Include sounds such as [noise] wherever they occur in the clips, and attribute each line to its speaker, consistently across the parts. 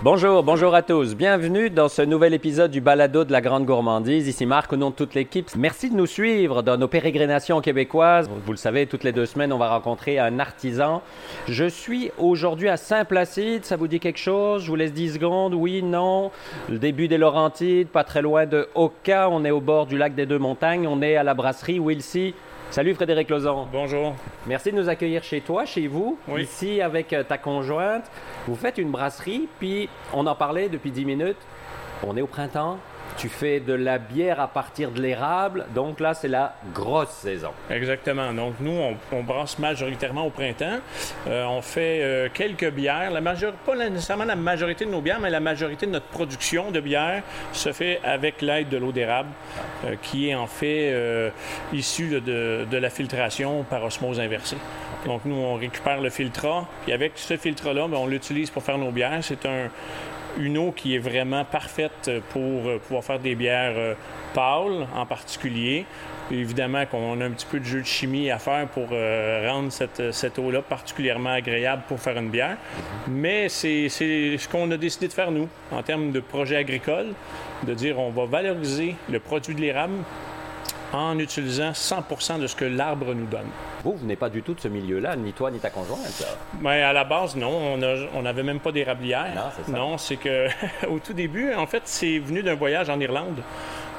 Speaker 1: Bonjour, bonjour à tous. Bienvenue dans ce nouvel épisode du Balado de la Grande Gourmandise. Ici Marc, au nom de toute l'équipe. Merci de nous suivre dans nos pérégrinations québécoises. Vous le savez, toutes les deux semaines, on va rencontrer un artisan. Je suis aujourd'hui à Saint-Placide. Ça vous dit quelque chose? Je vous laisse 10 secondes. Oui, non. Le début des Laurentides, pas très loin de Oka. On est au bord du lac des Deux-Montagnes. On est à la brasserie Wilsy. Salut Frédéric Lozon.
Speaker 2: Bonjour.
Speaker 1: Merci de nous accueillir chez toi, chez vous,
Speaker 2: Oui.
Speaker 1: ici avec euh, ta conjointe. Vous faites une brasserie, puis on en parlait depuis 10 minutes. On est au printemps. Tu fais de la bière à partir de l'érable, donc là c'est la grosse saison.
Speaker 2: Exactement. Donc, nous, on, on brasse majoritairement au printemps. Euh, on fait euh, quelques bières. La major... Pas la- nécessairement la majorité de nos bières, mais la majorité de notre production de bières se fait avec l'aide de l'eau d'érable, euh, qui est en fait euh, issue de, de- de la filtration par osmose inversée. Donc, nous, on récupère le filtrat, puis avec ce filtrat-là, ben, on l'utilise pour faire nos bières. C'est un, une eau qui est vraiment parfaite pour euh, pouvoir faire des bières euh, pâles en particulier. Évidemment qu'on a un petit peu de jeu de chimie à faire pour euh, rendre cette, cette eau-là particulièrement agréable pour faire une bière. Mais c'est c'est ce qu'on a décidé de faire, nous, en termes de projet agricole, de dire on va valoriser le produit de l'érable en utilisant 100 de ce que l'arbre nous donne.
Speaker 1: Vous, vous n'êtes pas du tout de ce milieu-là, ni toi ni ta conjointe. là.
Speaker 2: Mais à la base, non, on a- on n'avait même pas d'érablière.
Speaker 1: Non, c'est ça.
Speaker 2: Non, c'est que [laughs] au tout début, en fait, c'est venu d'un voyage en Irlande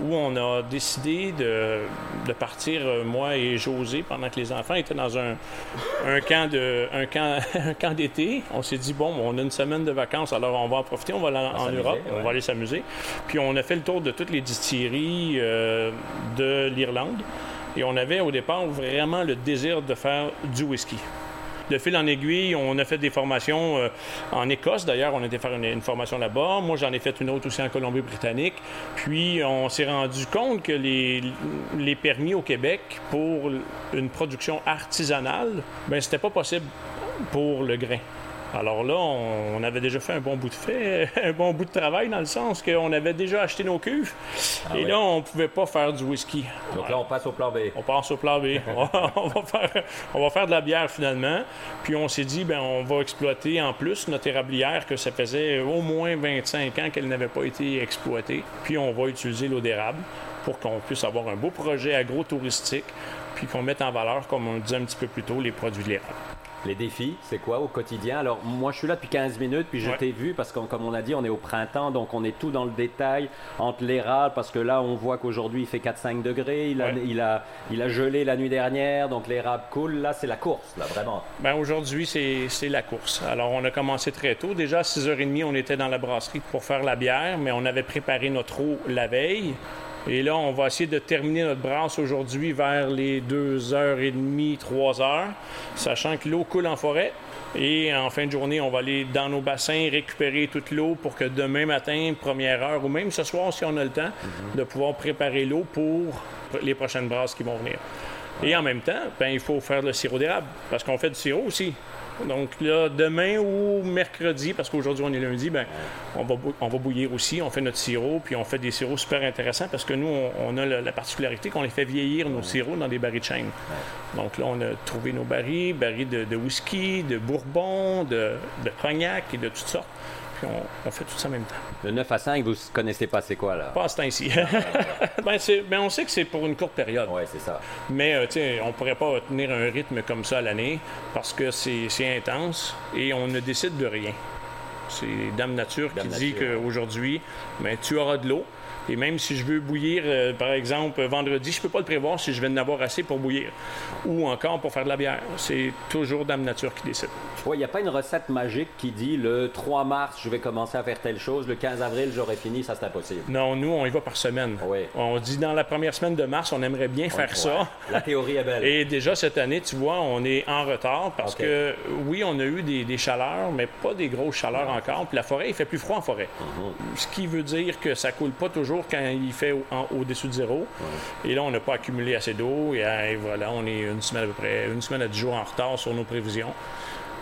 Speaker 2: où on a décidé de, de partir, euh, moi et José, pendant que les enfants étaient dans un, un camp de un camp, [laughs] un camp d'été. On s'est dit, bon, on a une semaine de vacances, alors on va en profiter, on va aller en- en
Speaker 1: s'amuser,
Speaker 2: Europe, on
Speaker 1: ouais.
Speaker 2: va aller s'amuser. Puis on a fait le tour de toutes les distilleries euh, de l'Irlande. Et on avait au départ vraiment le désir de faire du whisky de fil en aiguille, on a fait des formations euh, en Écosse. D'ailleurs, on a été faire une, une formation là-bas. Moi, j'en ai fait une autre aussi en Colombie-Britannique. Puis, on s'est rendu compte que les, les permis au Québec pour une production artisanale, ben c'était pas possible pour le grain. Alors là, on, on avait déjà fait un bon bout de fait, [laughs] un bon bout de travail dans le sens qu'on avait déjà acheté nos cuves. et
Speaker 1: Ah ouais.
Speaker 2: là, on pouvait pas faire du whisky.
Speaker 1: Donc là on passe au plan B.
Speaker 2: On passe au plan B. on, va- on va faire, on va faire de la bière finalement. Puis on s'est dit, ben on va exploiter en plus notre érablière que ça faisait au moins 25 ans qu'elle n'avait pas été exploitée. Puis on va utiliser l'eau d'érable pour qu'on puisse avoir un beau projet agro-touristique puis qu'on mette en valeur, comme on le disait un petit peu plus tôt, les produits de l'érable.
Speaker 1: Les défis, c'est quoi au quotidien Alors moi je suis là depuis 15 minutes, puis je
Speaker 2: Ouais.
Speaker 1: t'ai vu parce que comme on a dit, on est au printemps, donc on est tout dans le détail entre l'érable, parce que là on voit qu'aujourd'hui il fait 4-5 degrés, il a,
Speaker 2: Ouais.
Speaker 1: il, a, il a gelé la nuit dernière, donc l'érable coule, là c'est la course, là vraiment.
Speaker 2: Ben aujourd'hui, c'est c'est la course. Alors, on a commencé très tôt. Déjà à 6h30, on était dans la brasserie pour faire la bière, mais on avait préparé notre eau la veille. Et là, on va essayer de terminer notre brasse aujourd'hui vers les 2h30, 3h, sachant que l'eau coule en forêt. Et en fin de journée, on va aller dans nos bassins récupérer toute l'eau pour que demain matin, première heure, ou même ce soir, si on a le temps, de pouvoir préparer l'eau pour les prochaines brasses qui vont venir. Et en même temps, ben, il faut faire le sirop d'érable, parce qu'on fait du sirop aussi. Donc là, demain ou mercredi, parce qu'aujourd'hui on est lundi, ben, on, va bou- on va bouillir aussi, on fait notre sirop, puis on fait des sirops super intéressants, parce que nous, on, on a la, la particularité qu'on les fait vieillir, nos sirops, dans des barils de chêne. Donc là, on a trouvé nos barils, barils de, de whisky, de bourbon, de, de cognac et de toutes sortes. Puis on, on fait tout ça en même temps.
Speaker 1: De 9 à 5, vous connaissez pas c'est quoi là
Speaker 2: Pas à ce temps-ci. [laughs] ben, c'est- ben, on sait que c'est pour une courte période.
Speaker 1: Ouais, c'est ça.
Speaker 2: Mais euh, tu sais, on pourrait pas tenir un rythme comme ça à l'année parce que c'est c'est intense et on ne décide de rien. C'est Dame Nature
Speaker 1: Dame
Speaker 2: qui dit
Speaker 1: Nature.
Speaker 2: qu'aujourd'hui, ben, tu auras de l'eau. Et même si je veux bouillir, euh, par exemple, vendredi, je peux pas le prévoir si je vais en avoir assez pour bouillir. Ou encore pour faire de la bière. C'est toujours Dame Nature qui décide.
Speaker 1: Ouais, il n'y a pas une recette magique qui dit le 3 mars je vais commencer à faire telle chose, le 15 avril j'aurai fini, ça c'est impossible.
Speaker 2: Non, nous, on y va par semaine.
Speaker 1: Oui.
Speaker 2: On dit dans la première semaine de mars, on aimerait bien faire ça.
Speaker 1: La théorie est belle.
Speaker 2: Et déjà cette année, tu vois, on est en retard parce
Speaker 1: OK.
Speaker 2: que oui, on a eu des, des chaleurs, mais pas des grosses chaleurs encore. Puis la forêt, il fait plus froid en forêt. Ce qui veut dire que ça coule pas toujours quand il fait au- en- au-dessus de zéro. Et là, on n'a pas accumulé assez d'eau. Et, euh, et voilà, on est une semaine à peu près, une semaine à dix jours en retard sur nos prévisions.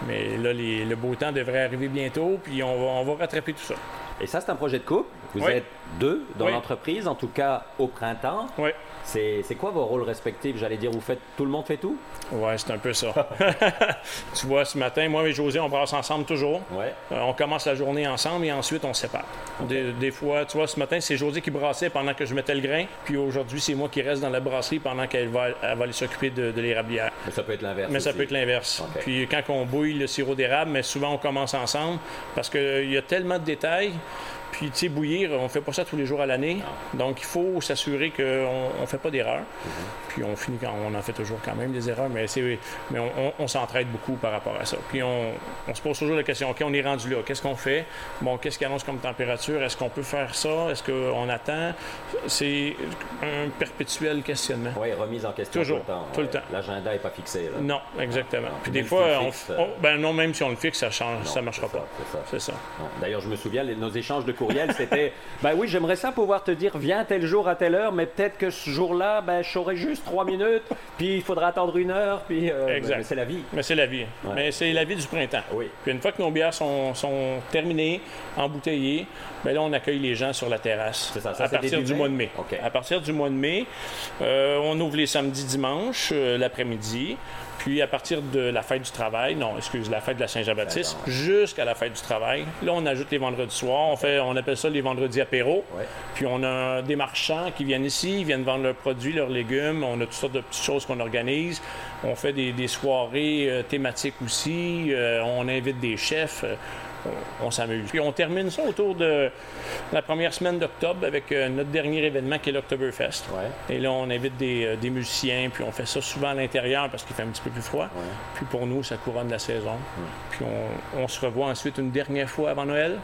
Speaker 2: Mais là, les- le beau temps devrait arriver bientôt, puis on va, on va rattraper tout ça.
Speaker 1: Et ça, c'est un projet de couple. Vous
Speaker 2: Oui.
Speaker 1: êtes deux dans
Speaker 2: Oui.
Speaker 1: l'entreprise, en tout cas au printemps.
Speaker 2: Oui.
Speaker 1: C'est c'est quoi vos rôles respectifs J'allais dire, vous faites tout le monde fait tout
Speaker 2: Ouais, c'est un peu ça. [laughs] tu vois, ce matin, moi et José, on brasse ensemble toujours.
Speaker 1: Ouais.
Speaker 2: Euh, on commence la journée ensemble et ensuite on se sépare. Des, des fois, tu vois, ce matin, c'est José qui brassait pendant que je mettais le grain. Puis aujourd'hui, c'est moi qui reste dans la brasserie pendant qu'elle va, elle va aller s'occuper de, de l'érablière.
Speaker 1: Mais ça peut être l'inverse.
Speaker 2: Mais ça
Speaker 1: aussi.
Speaker 2: peut être l'inverse.
Speaker 1: OK.
Speaker 2: Puis quand on bouille le sirop d'érable, mais souvent on commence ensemble parce qu'il y a tellement de détails. Puis, tu sais, bouillir, on fait pas ça tous les jours à l'année. Donc, il faut s'assurer qu'on ne fait pas d'erreurs.
Speaker 1: Mm-hmm.
Speaker 2: Puis, on finit quand on en fait toujours quand même des erreurs, mais, c'est- mais on, on- on s'entraide beaucoup par rapport à ça. Puis, on, on se pose toujours la question OK, on est rendu là. Qu'est-ce qu'on fait Bon, qu'est-ce qu'il annonce comme température Est-ce qu'on peut faire ça Est-ce qu'on attend C'est un perpétuel questionnement.
Speaker 1: Oui, remise en question
Speaker 2: Toujours,
Speaker 1: tout le temps.
Speaker 2: tout le temps.
Speaker 1: L'agenda n'est pas fixé. là.
Speaker 2: Non, exactement. Puis des
Speaker 1: Même
Speaker 2: fois,
Speaker 1: si on le
Speaker 2: on,
Speaker 1: fixe, euh,
Speaker 2: on- ben non, même si on le fixe, ça change,
Speaker 1: Non,
Speaker 2: ça marchera
Speaker 1: c'est
Speaker 2: pas.
Speaker 1: c'est ça.
Speaker 2: C'est ça.
Speaker 1: Non. D'ailleurs, je me souviens, les- nos échanges de courriel, c'était [laughs] Ben oui, j'aimerais ça pouvoir te dire, viens tel jour à telle heure, mais peut-être que ce jour-là, ben, je saurai juste trois minutes, puis il faudra attendre une heure, puis. euh,
Speaker 2: Exact.
Speaker 1: mais- mais c'est la vie.
Speaker 2: Mais c'est la vie. Mais c'est la vie du printemps.
Speaker 1: Oui.
Speaker 2: Puis une fois que nos bières sont, sont terminées, embouteillées, ben là, on accueille les gens sur la terrasse.
Speaker 1: C'est ça, ça,
Speaker 2: à
Speaker 1: c'est
Speaker 2: partir
Speaker 1: début
Speaker 2: du
Speaker 1: mai?
Speaker 2: mois de mai.
Speaker 1: OK.
Speaker 2: À partir du mois de mai, euh, on ouvre les samedis, dimanches, euh, l'après-midi. Puis à partir de la fête du travail, non, excuse, la fête de la Saint-Jean-Baptiste,
Speaker 1: D'accord,
Speaker 2: jusqu'à la fête du travail. Là, on ajoute les vendredis soirs. On, fait, on appelle ça les vendredis apéro.
Speaker 1: Ouais.
Speaker 2: Puis on a des marchands qui viennent ici, ils viennent vendre leurs produits, leurs légumes. On a toutes sortes de petites choses qu'on organise. On fait des, des soirées euh, thématiques aussi. Euh, on invite des chefs. Euh, on on s'amuse. Puis on termine ça autour de la première semaine d'octobre avec euh, notre dernier événement qui est l'Octoberfest.
Speaker 1: Ouais.
Speaker 2: Et là, on invite des, euh, des musiciens, puis on fait ça souvent à l'intérieur parce qu'il fait un petit peu plus froid. Puis pour nous, ça couronne la saison. Puis on, on se revoit ensuite une dernière fois avant Noël.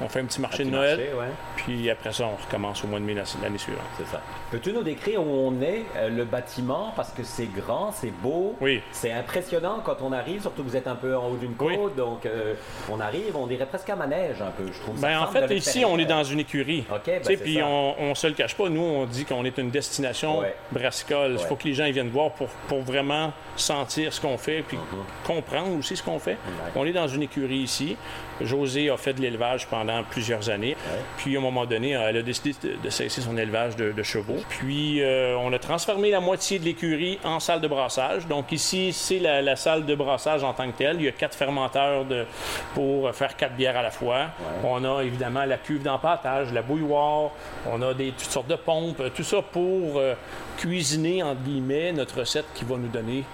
Speaker 2: On fait un petit marché de
Speaker 1: Petit
Speaker 2: Noël.
Speaker 1: marché, Ah, ouais,
Speaker 2: Puis après ça, on recommence au mois de mai la- l'année suivante.
Speaker 1: c'est ça. Peux-tu nous décrire où on est, euh, le bâtiment, parce que c'est grand, c'est beau,
Speaker 2: Oui.
Speaker 1: c'est impressionnant quand on arrive, surtout que vous êtes un peu en haut d'une côte,
Speaker 2: Oui.
Speaker 1: donc euh, on arrive, on dirait presque à manège un peu, je trouve. Ça
Speaker 2: Ben, en
Speaker 1: ressemble de
Speaker 2: fait, ici, on est
Speaker 1: l'extérieur.
Speaker 2: dans une écurie.
Speaker 1: OK, ben,
Speaker 2: Tu sais,
Speaker 1: c'est
Speaker 2: puis
Speaker 1: ça.
Speaker 2: on, on se le cache pas. Nous, on dit qu'on est une destination
Speaker 1: Ouais.
Speaker 2: brassicole. Il
Speaker 1: Ouais.
Speaker 2: faut que les gens ils viennent voir pour, pour vraiment sentir ce qu'on fait puis
Speaker 1: Mhm.
Speaker 2: comprendre aussi ce qu'on fait. On est dans une écurie ici. José a fait de l'élevage pendant plusieurs années. Puis, à un moment donné, elle a décidé de- de cesser son élevage de, de chevaux. Puis, euh, on a transformé la moitié de l'écurie en salle de brassage. Donc, ici, c'est la, la salle de brassage en tant que telle. Il y a quatre fermenteurs de- pour faire quatre bières à la fois. On a évidemment la cuve d'empâtage, la bouilloire. On a des, toutes sortes de pompes. Tout ça pour euh, cuisiner, entre guillemets, notre recette qui va nous donner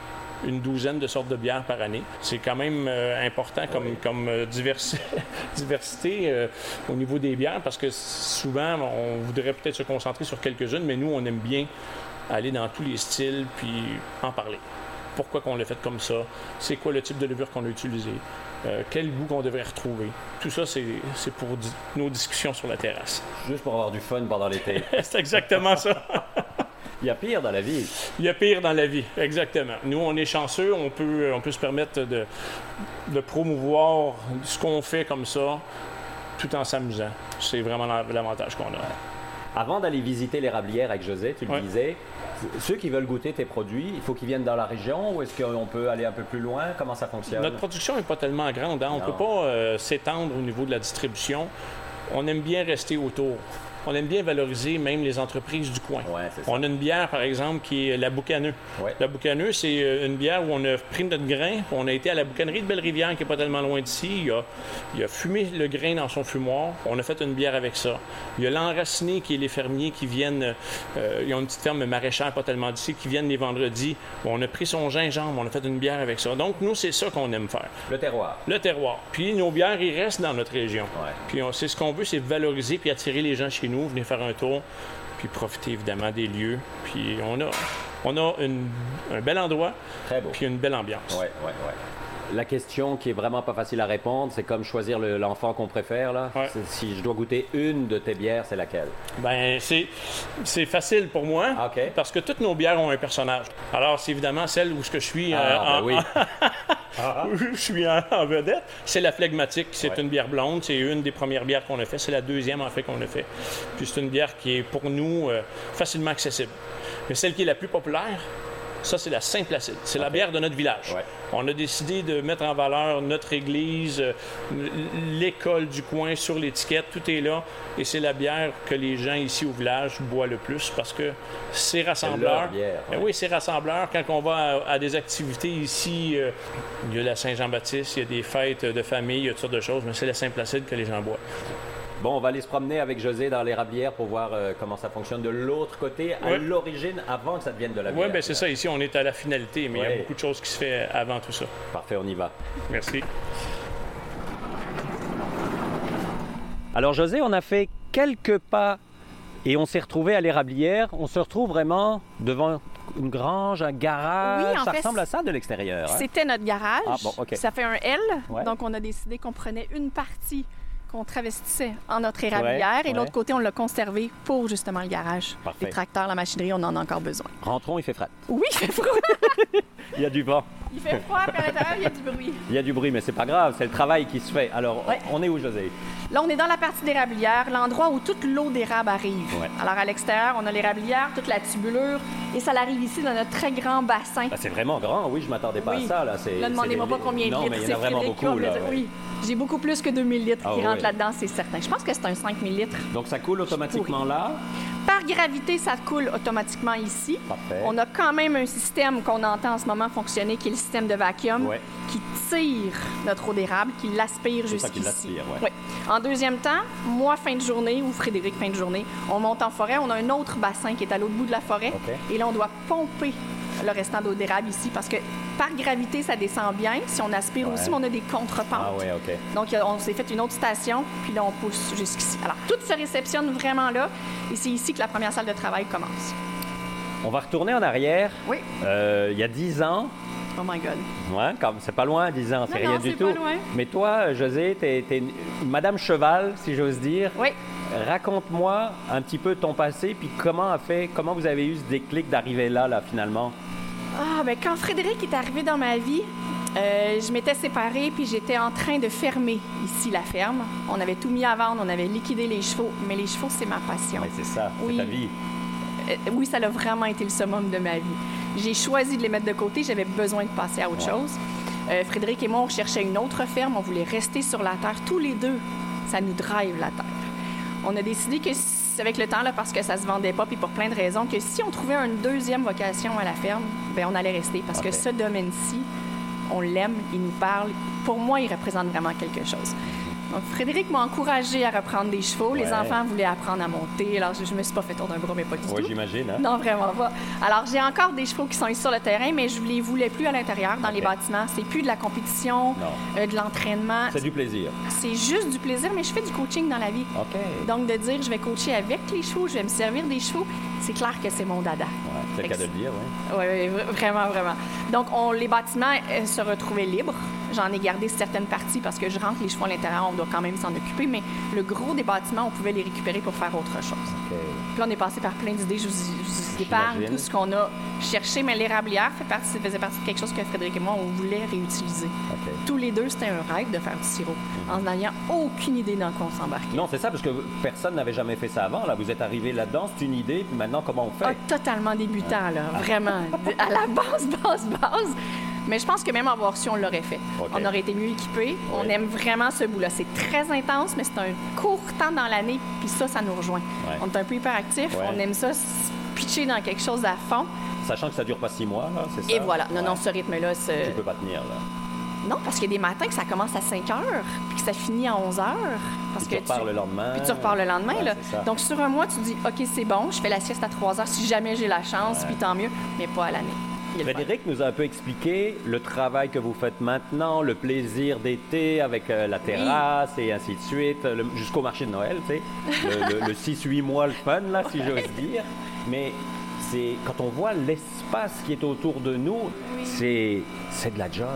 Speaker 2: une douzaine de sortes de bières par année. C'est quand même euh, important comme, comme euh, diversi- [laughs] diversité euh, au niveau des bières parce que souvent, on voudrait peut-être se concentrer sur quelques-unes, mais nous, on aime bien aller dans tous les styles puis en parler. Pourquoi qu'on l'a fait comme ça? C'est quoi le type de levure qu'on a utilisé? Euh, quel goût qu'on devrait retrouver? Tout ça, c'est c'est pour di- nos discussions sur la terrasse. [laughs]
Speaker 1: euh, Juste pour avoir du fun pendant l'été.
Speaker 2: c'est exactement ça.
Speaker 1: Il y a pire dans la vie.
Speaker 2: Il y a pire dans la vie, exactement. Nous, on est chanceux, on peut, euh, on peut se permettre de, de promouvoir ce qu'on fait comme ça tout en s'amusant. C'est vraiment la- l'avantage qu'on a.
Speaker 1: Avant d'aller visiter l'érablière avec José, tu le
Speaker 2: Ouais.
Speaker 1: disais, ceux qui veulent goûter tes produits, il faut qu'ils viennent dans la région ou est-ce qu'on peut aller un peu plus loin Comment ça fonctionne
Speaker 2: Notre production n'est pas tellement grande, hein. on
Speaker 1: Non.
Speaker 2: ne peut pas euh, s'étendre au niveau de la distribution. On aime bien rester autour. On aime bien valoriser même les entreprises du coin.
Speaker 1: Ouais, c'est ça.
Speaker 2: on a une bière, par exemple, qui est la Boucaneux.
Speaker 1: Ouais.
Speaker 2: La Boucaneux, c'est euh, une bière où on a pris notre grain. On a été à la boucanerie de Belle-Rivière, qui est pas tellement loin d'ici. Il a, il a fumé le grain dans son fumoir. On a fait une bière avec ça. Il y a l'enraciné, qui est les fermiers qui viennent. euh, ils ont une petite ferme maraîchère, pas tellement d'ici, qui viennent les vendredis. On a pris son gingembre, on a fait une bière avec ça. Donc, nous, c'est ça qu'on aime faire
Speaker 1: Le terroir.
Speaker 2: le terroir. Puis nos bières, ils restent dans notre région.
Speaker 1: Ouais.
Speaker 2: Puis on, c'est ce qu'on veut, c'est valoriser puis attirer les gens chez nous, venir faire un tour, puis profiter évidemment des lieux. Puis on a, on a une- un bel endroit,
Speaker 1: Très beau.
Speaker 2: puis une belle ambiance.
Speaker 1: Ouais, ouais, ouais. La question qui est vraiment pas facile à répondre, c'est comme choisir le- l'enfant qu'on préfère là.
Speaker 2: Ouais.
Speaker 1: C'est- Si je dois goûter une de tes bières, c'est laquelle
Speaker 2: Ben c'est, c'est facile pour moi,
Speaker 1: Ah, OK.
Speaker 2: parce que toutes nos bières ont un personnage. Alors c'est évidemment celle où ce que je suis euh,
Speaker 1: Ah,
Speaker 2: en-
Speaker 1: ben oui. [laughs]
Speaker 2: où [laughs] je suis en, en vedette, c'est la phlegmatique. C'est
Speaker 1: Ouais.
Speaker 2: une bière blonde. C'est une des premières bières qu'on a fait. C'est la deuxième, en fait, qu'on a fait. Puis c'est une bière qui est, pour nous, euh, facilement accessible. Mais celle qui est la plus populaire, Ça, c'est la Saint-Placide. C'est la bière de notre village.
Speaker 1: Ouais.
Speaker 2: On a décidé de mettre en valeur notre église, euh, l'école du coin sur l'étiquette. Tout est là. Et c'est la bière que les gens ici au village boivent le plus parce que c'est rassembleur.
Speaker 1: bière,
Speaker 2: Ben
Speaker 1: ouais.
Speaker 2: oui, c'est rassembleur. Quand on va à, à des activités ici, euh, il y a la Saint-Jean-Baptiste, il y a des fêtes de famille, il y a toutes sortes de choses, mais c'est la Saint-Placide que les gens boivent.
Speaker 1: Bon, on va aller se promener avec José dans les rabières pour voir euh, comment ça fonctionne de l'autre côté, à
Speaker 2: Ouais.
Speaker 1: l'origine, avant que ça devienne de la bière.
Speaker 2: Oui, ben c'est ça. Ici, on est à la finalité, mais il y
Speaker 1: Ouais.
Speaker 2: a beaucoup de choses qui se fait avant tout ça.
Speaker 1: Parfait, on y va.
Speaker 2: Merci.
Speaker 1: Alors José, on a fait quelques pas et on s'est retrouvé à l'érablière. On se retrouve vraiment devant une grange, un garage.
Speaker 3: Oui, en
Speaker 1: ça
Speaker 3: fait,
Speaker 1: ressemble à ça de l'extérieur. hein?
Speaker 3: C'était notre garage.
Speaker 1: Ah, bon, OK.
Speaker 3: Ça fait un L.
Speaker 1: Ouais.
Speaker 3: Donc, on a décidé qu'on prenait une partie qu'on travestissait en notre érablière
Speaker 1: Ouais,
Speaker 3: et
Speaker 1: ouais.
Speaker 3: l'autre côté, on l'a conservé pour justement le garage.
Speaker 1: Parfait.
Speaker 3: Les tracteurs, la machinerie, on en a encore besoin.
Speaker 1: Rentrons, il fait fret.
Speaker 3: Oui, il fait froid.
Speaker 1: Il y a du vent,
Speaker 3: Il fait froid, puis à l'intérieur, il y a du bruit.
Speaker 1: il y a du bruit, mais c'est pas grave, c'est le travail qui se fait. Alors,
Speaker 3: Ouais.
Speaker 1: on est où José
Speaker 3: Là, on est dans la partie d'érablière, l'endroit où toute l'eau d'érable arrive.
Speaker 1: Ouais.
Speaker 3: Alors, à l'extérieur, on a l'érablière, toute la tubulure, et ça arrive ici dans notre très grand bassin.
Speaker 1: Ben, C'est vraiment grand, oui, je m'attendais pas
Speaker 3: Oui.
Speaker 1: à ça. Là, c'est-
Speaker 3: Là,
Speaker 1: c'est
Speaker 3: demandez-moi
Speaker 1: des-
Speaker 3: pas combien de
Speaker 1: Non,
Speaker 3: litres.
Speaker 1: mais il
Speaker 3: c'est
Speaker 1: y en a vraiment
Speaker 3: Frédéric
Speaker 1: beaucoup.
Speaker 3: Cobb,
Speaker 1: Là,
Speaker 3: je veux dire,
Speaker 1: ouais.
Speaker 3: Oui, j'ai beaucoup plus que 2000 litres
Speaker 1: Ah,
Speaker 3: qui
Speaker 1: ouais.
Speaker 3: rentrent là-dedans, c'est certain. Je pense que c'est un 5000 litres.
Speaker 1: Donc, ça coule automatiquement là.
Speaker 3: Par gravité, ça coule automatiquement ici.
Speaker 1: Parfait.
Speaker 3: On a quand même un système qu'on entend en ce moment fonctionner, qui est le système de vacuum,
Speaker 1: Ouais.
Speaker 3: qui tire notre eau d'érable, qui l'aspire
Speaker 1: C'est ça qui
Speaker 3: jusqu'ici.
Speaker 1: l'aspire, ouais.
Speaker 3: Oui. En deuxième temps, moi, fin de journée, ou Frédéric, fin de journée, on monte en forêt, on a un autre bassin qui est à l'autre bout de la forêt,
Speaker 1: OK.
Speaker 3: et là, on doit pomper le restant d'eau d'érable ici, parce que par gravité, ça descend bien. Si on aspire
Speaker 1: Ouais.
Speaker 3: aussi, mais on a des contrepentes.
Speaker 1: Ah ouais, OK.
Speaker 3: Donc, y a- on s'est fait une autre station, puis là, on pousse jusqu'ici. Alors, tout se réceptionne vraiment là, et c'est ici que la première salle de travail commence.
Speaker 1: On va retourner en arrière.
Speaker 3: Oui.
Speaker 1: Euh, il y a 10 ans,
Speaker 3: Oh my God.
Speaker 1: Ouais, comme c'est pas loin, 10 ans, c'est
Speaker 3: Non,
Speaker 1: rien
Speaker 3: non,
Speaker 1: du
Speaker 3: c'est
Speaker 1: tout.
Speaker 3: pas loin.
Speaker 1: Mais toi, José, t'es es Madame Cheval, si j'ose dire.
Speaker 3: Oui.
Speaker 1: Raconte-moi un petit peu ton passé, puis comment a fait, comment vous avez eu ce déclic d'arriver là, là, finalement.
Speaker 3: Ah, ben quand Frédéric est arrivé dans ma vie, euh, je m'étais séparée, puis j'étais en train de fermer ici la ferme. On avait tout mis à vendre, on avait liquidé les chevaux, mais les chevaux, c'est ma passion.
Speaker 1: Mais c'est ça, c'est
Speaker 3: Oui.
Speaker 1: ta vie.
Speaker 3: Euh, oui, ça a vraiment été le summum de ma vie. J'ai choisi de les mettre de côté, j'avais besoin de passer à autre
Speaker 1: Ouais.
Speaker 3: chose. Euh, Frédéric et moi, on cherchait une autre ferme, on voulait rester sur la terre tous les deux. Ça nous drive la terre. On a décidé que, s- avec le temps, là, parce que ça se vendait pas, puis pour plein de raisons, que si on trouvait une deuxième vocation à la ferme, ben on allait rester parce
Speaker 1: Parfait.
Speaker 3: que ce domaine-ci, on l'aime, il nous parle. Pour moi, il représente vraiment quelque chose. Donc, Frédéric m'a encouragée à reprendre des chevaux.
Speaker 1: Ouais.
Speaker 3: Les enfants voulaient apprendre à monter. Alors, je, je me suis pas fait tourner un bras, mais pas du
Speaker 1: Oui,
Speaker 3: tout.
Speaker 1: j'imagine. hein?
Speaker 3: Non, vraiment pas. Alors, j'ai encore des chevaux qui sont ici sur le terrain, mais je ne les voulais plus à l'intérieur, dans les
Speaker 1: Ok.
Speaker 3: bâtiments. C'est plus de la compétition,
Speaker 1: Non.
Speaker 3: euh, de l'entraînement.
Speaker 1: C'est du plaisir.
Speaker 3: C'est juste du plaisir, mais je fais du coaching dans la vie.
Speaker 1: OK.
Speaker 3: Donc, de dire je vais coacher avec les chevaux, je vais me servir des chevaux, c'est clair que c'est mon dada.
Speaker 1: Ouais, c'est le cas de le dire, oui.
Speaker 3: Oui, vraiment, vraiment. Donc, on, les bâtiments euh, se retrouvaient libres. J'en ai gardé certaines parties parce que je rentre les chevaux à l'intérieur, on doit quand même s'en occuper, mais le gros des bâtiments, on pouvait les récupérer pour faire autre chose. Puis là, on est passé par plein d'idées. Je vous, je vous épargne
Speaker 1: J'imagine.
Speaker 3: tout ce qu'on a cherché, mais l'érablière fait partie, faisait partie de quelque chose que Frédéric et moi, on voulait réutiliser.
Speaker 1: OK.
Speaker 3: Tous les deux, c'était un rêve de faire du sirop,
Speaker 1: Mhm.
Speaker 3: en n'ayant aucune idée dans quoi on s'embarquait.
Speaker 1: Non, c'est ça, parce que personne n'avait jamais fait ça avant. Là, vous êtes arrivé là-dedans, c'est une idée, puis maintenant, comment on fait?
Speaker 3: Ah, totalement débutant, là,
Speaker 1: Ah. [laughs]
Speaker 3: vraiment, de- à la base, base, base. Mais je pense que même en voir si on l'aurait fait.
Speaker 1: OK.
Speaker 3: On aurait été mieux équipés. On
Speaker 1: Ouais.
Speaker 3: aime vraiment ce bout-là. C'est très intense, mais c'est un court temps dans l'année, puis ça, ça nous rejoint.
Speaker 1: Ouais.
Speaker 3: On est un peu hyperactif,
Speaker 1: Ouais.
Speaker 3: on aime ça, s- pitcher dans quelque chose à fond.
Speaker 1: Sachant que ça dure pas six mois, là, c'est ça?
Speaker 3: Et voilà. Non,
Speaker 1: Ouais.
Speaker 3: non, ce rythme-là, ce...
Speaker 1: Tu peux pas tenir, là.
Speaker 3: Non, parce qu'il y a des matins que ça commence à 5 heures, puis que ça finit à 11 heures. Parce
Speaker 1: Puis
Speaker 3: que
Speaker 1: tu repars le lendemain.
Speaker 3: Puis tu repars le lendemain.
Speaker 1: Ouais,
Speaker 3: là.
Speaker 1: c'est ça.
Speaker 3: Donc, sur un mois, tu dis, OK, c'est bon, je fais la sieste à 3 heures si jamais j'ai la chance, puis tant mieux, mais pas à l'année. Il y a le fun.
Speaker 1: Frédéric nous a un peu expliqué le travail que vous faites maintenant, le plaisir d'été avec euh, la terrasse et ainsi de suite, euh, le- jusqu'au marché de Noël, tu sais, le, le- le 6-8 mois le fun, là, si j'ose dire. Mais c'est quand on voit l'espace qui est autour de nous, c'est c'est de la job.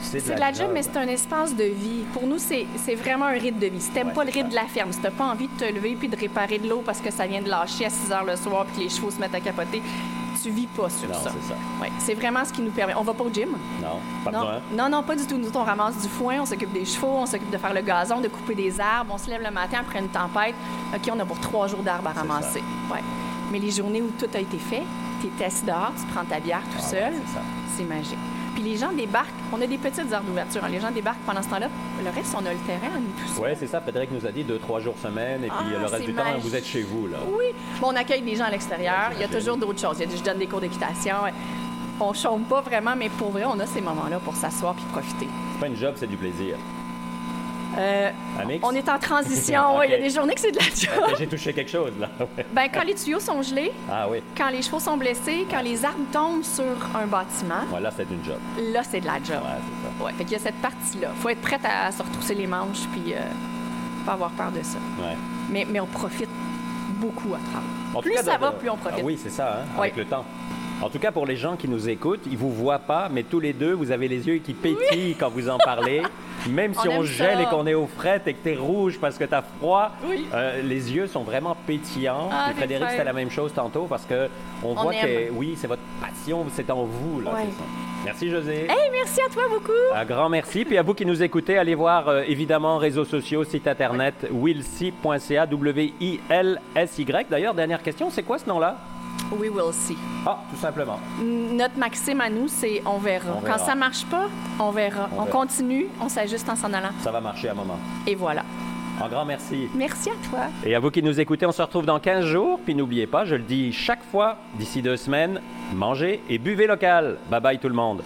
Speaker 3: C'est de la job, mais c'est un espace de vie. Pour nous, c'est c'est vraiment un rythme de vie. Si t'aimes
Speaker 1: Ouais,
Speaker 3: pas le
Speaker 1: c'est
Speaker 3: rythme de la ferme, si t'as pas envie de te lever puis de réparer de l'eau parce que ça vient de lâcher à 6 heures le soir puis que les chevaux se mettent à capoter, tu vis pas sur
Speaker 1: Non,
Speaker 3: ça.
Speaker 1: c'est ça.
Speaker 3: Ouais, c'est vraiment ce qui nous permet. On va pas au gym.
Speaker 1: Non, pas
Speaker 3: Non,
Speaker 1: besoin.
Speaker 3: non, non, pas du tout. Nous, autres, on ramasse du foin, on s'occupe des chevaux, on s'occupe de faire le gazon, de couper des arbres, on se lève le matin après une tempête. OK, on a pour trois jours d'arbres à
Speaker 1: ça.
Speaker 3: ramasser. Ouais. Mais les journées où tout a été fait, Tu es assis dehors, tu prends ta bière tout
Speaker 1: Ah ouais,
Speaker 3: seul.
Speaker 1: c'est ça.
Speaker 3: c'est magique. Puis les gens débarquent. On a des petites heures d'ouverture. hein. Les gens débarquent pendant ce temps-là. Le reste, on a le terrain, nous tous.
Speaker 1: Ouais, c'est ça. Frédéric nous a dit deux, trois jours semaine, et puis euh,
Speaker 3: Ah,
Speaker 1: le reste
Speaker 3: c'est
Speaker 1: du temps,
Speaker 3: magique.
Speaker 1: vous êtes chez vous, là.
Speaker 3: Oui. Bon, on accueille des gens à l'extérieur. Il y a toujours d'autres choses. Il y a du- je donne des cours d'équitation. On ne chôme pas vraiment, mais pour vrai, on a ces moments-là pour s'asseoir puis profiter.
Speaker 1: C'est pas une job, c'est du plaisir.
Speaker 3: Euh,
Speaker 1: Amix?
Speaker 3: on est en transition. Ouais, Il y
Speaker 1: [laughs]
Speaker 3: a
Speaker 1: Ok.
Speaker 3: des journées que c'est de la job.
Speaker 1: J'ai touché quelque chose, là. [laughs] Ouais.
Speaker 3: ben, quand les tuyaux sont gelés,
Speaker 1: ah oui.
Speaker 3: quand les chevaux sont blessés, quand les arbres tombent sur un bâtiment,
Speaker 1: Voilà, c'est une job.
Speaker 3: là, c'est de la job.
Speaker 1: Ouais, c'est ça.
Speaker 3: Ouais, fait qu'il y a cette partie-là. faut être prête à, se retrousser les manches puis euh, pas avoir peur de ça.
Speaker 1: Ouais.
Speaker 3: Mais, mais on profite beaucoup à travers.
Speaker 1: En tout
Speaker 3: Plus
Speaker 1: cas,
Speaker 3: ça
Speaker 1: de-
Speaker 3: va,
Speaker 1: de-
Speaker 3: plus on profite.
Speaker 1: Ah oui, c'est ça, hein, avec
Speaker 3: Oui.
Speaker 1: le temps. En tout cas, pour les gens qui nous écoutent, ils vous voient pas, mais tous les deux, vous avez les yeux qui pétillent [laughs] quand vous en parlez. Même si
Speaker 3: On
Speaker 1: on,
Speaker 3: aime
Speaker 1: gèle
Speaker 3: ça.
Speaker 1: et qu'on est au fret et que t'es rouge parce que t'as froid,
Speaker 3: Oui.
Speaker 1: euh, les yeux sont vraiment pétillants.
Speaker 3: Ah,
Speaker 1: Puis
Speaker 3: t'es
Speaker 1: Frédéric,
Speaker 3: fin.
Speaker 1: c'était la même chose tantôt parce que on, voit que
Speaker 3: aime.
Speaker 1: oui, c'est votre passion, c'est en vous là.
Speaker 3: Ouais.
Speaker 1: c'est ça. Merci José.
Speaker 3: Hey, merci à toi beaucoup.
Speaker 1: Un grand merci. Puis à vous qui nous écoutez, allez voir euh, évidemment réseaux sociaux, site internet wilsy.ca, W-I-L-S-Y. D'ailleurs, dernière question, c'est quoi ce nom-là?
Speaker 3: We will see.
Speaker 1: Ah, tout simplement.
Speaker 3: N- Notre maxime à nous, c'est on verra.
Speaker 1: On verra.
Speaker 3: Quand ça marche pas, on verra.
Speaker 1: On
Speaker 3: On,
Speaker 1: verra.
Speaker 3: continue, on s'ajuste en s'en allant.
Speaker 1: Ça va marcher à un moment.
Speaker 3: Et voilà.
Speaker 1: Un grand merci.
Speaker 3: Merci à toi.
Speaker 1: Et à vous qui nous écoutez, on se retrouve dans 15 jours. Puis n'oubliez pas, je le dis chaque fois, d'ici deux semaines, mangez et buvez local. Bye bye tout le monde.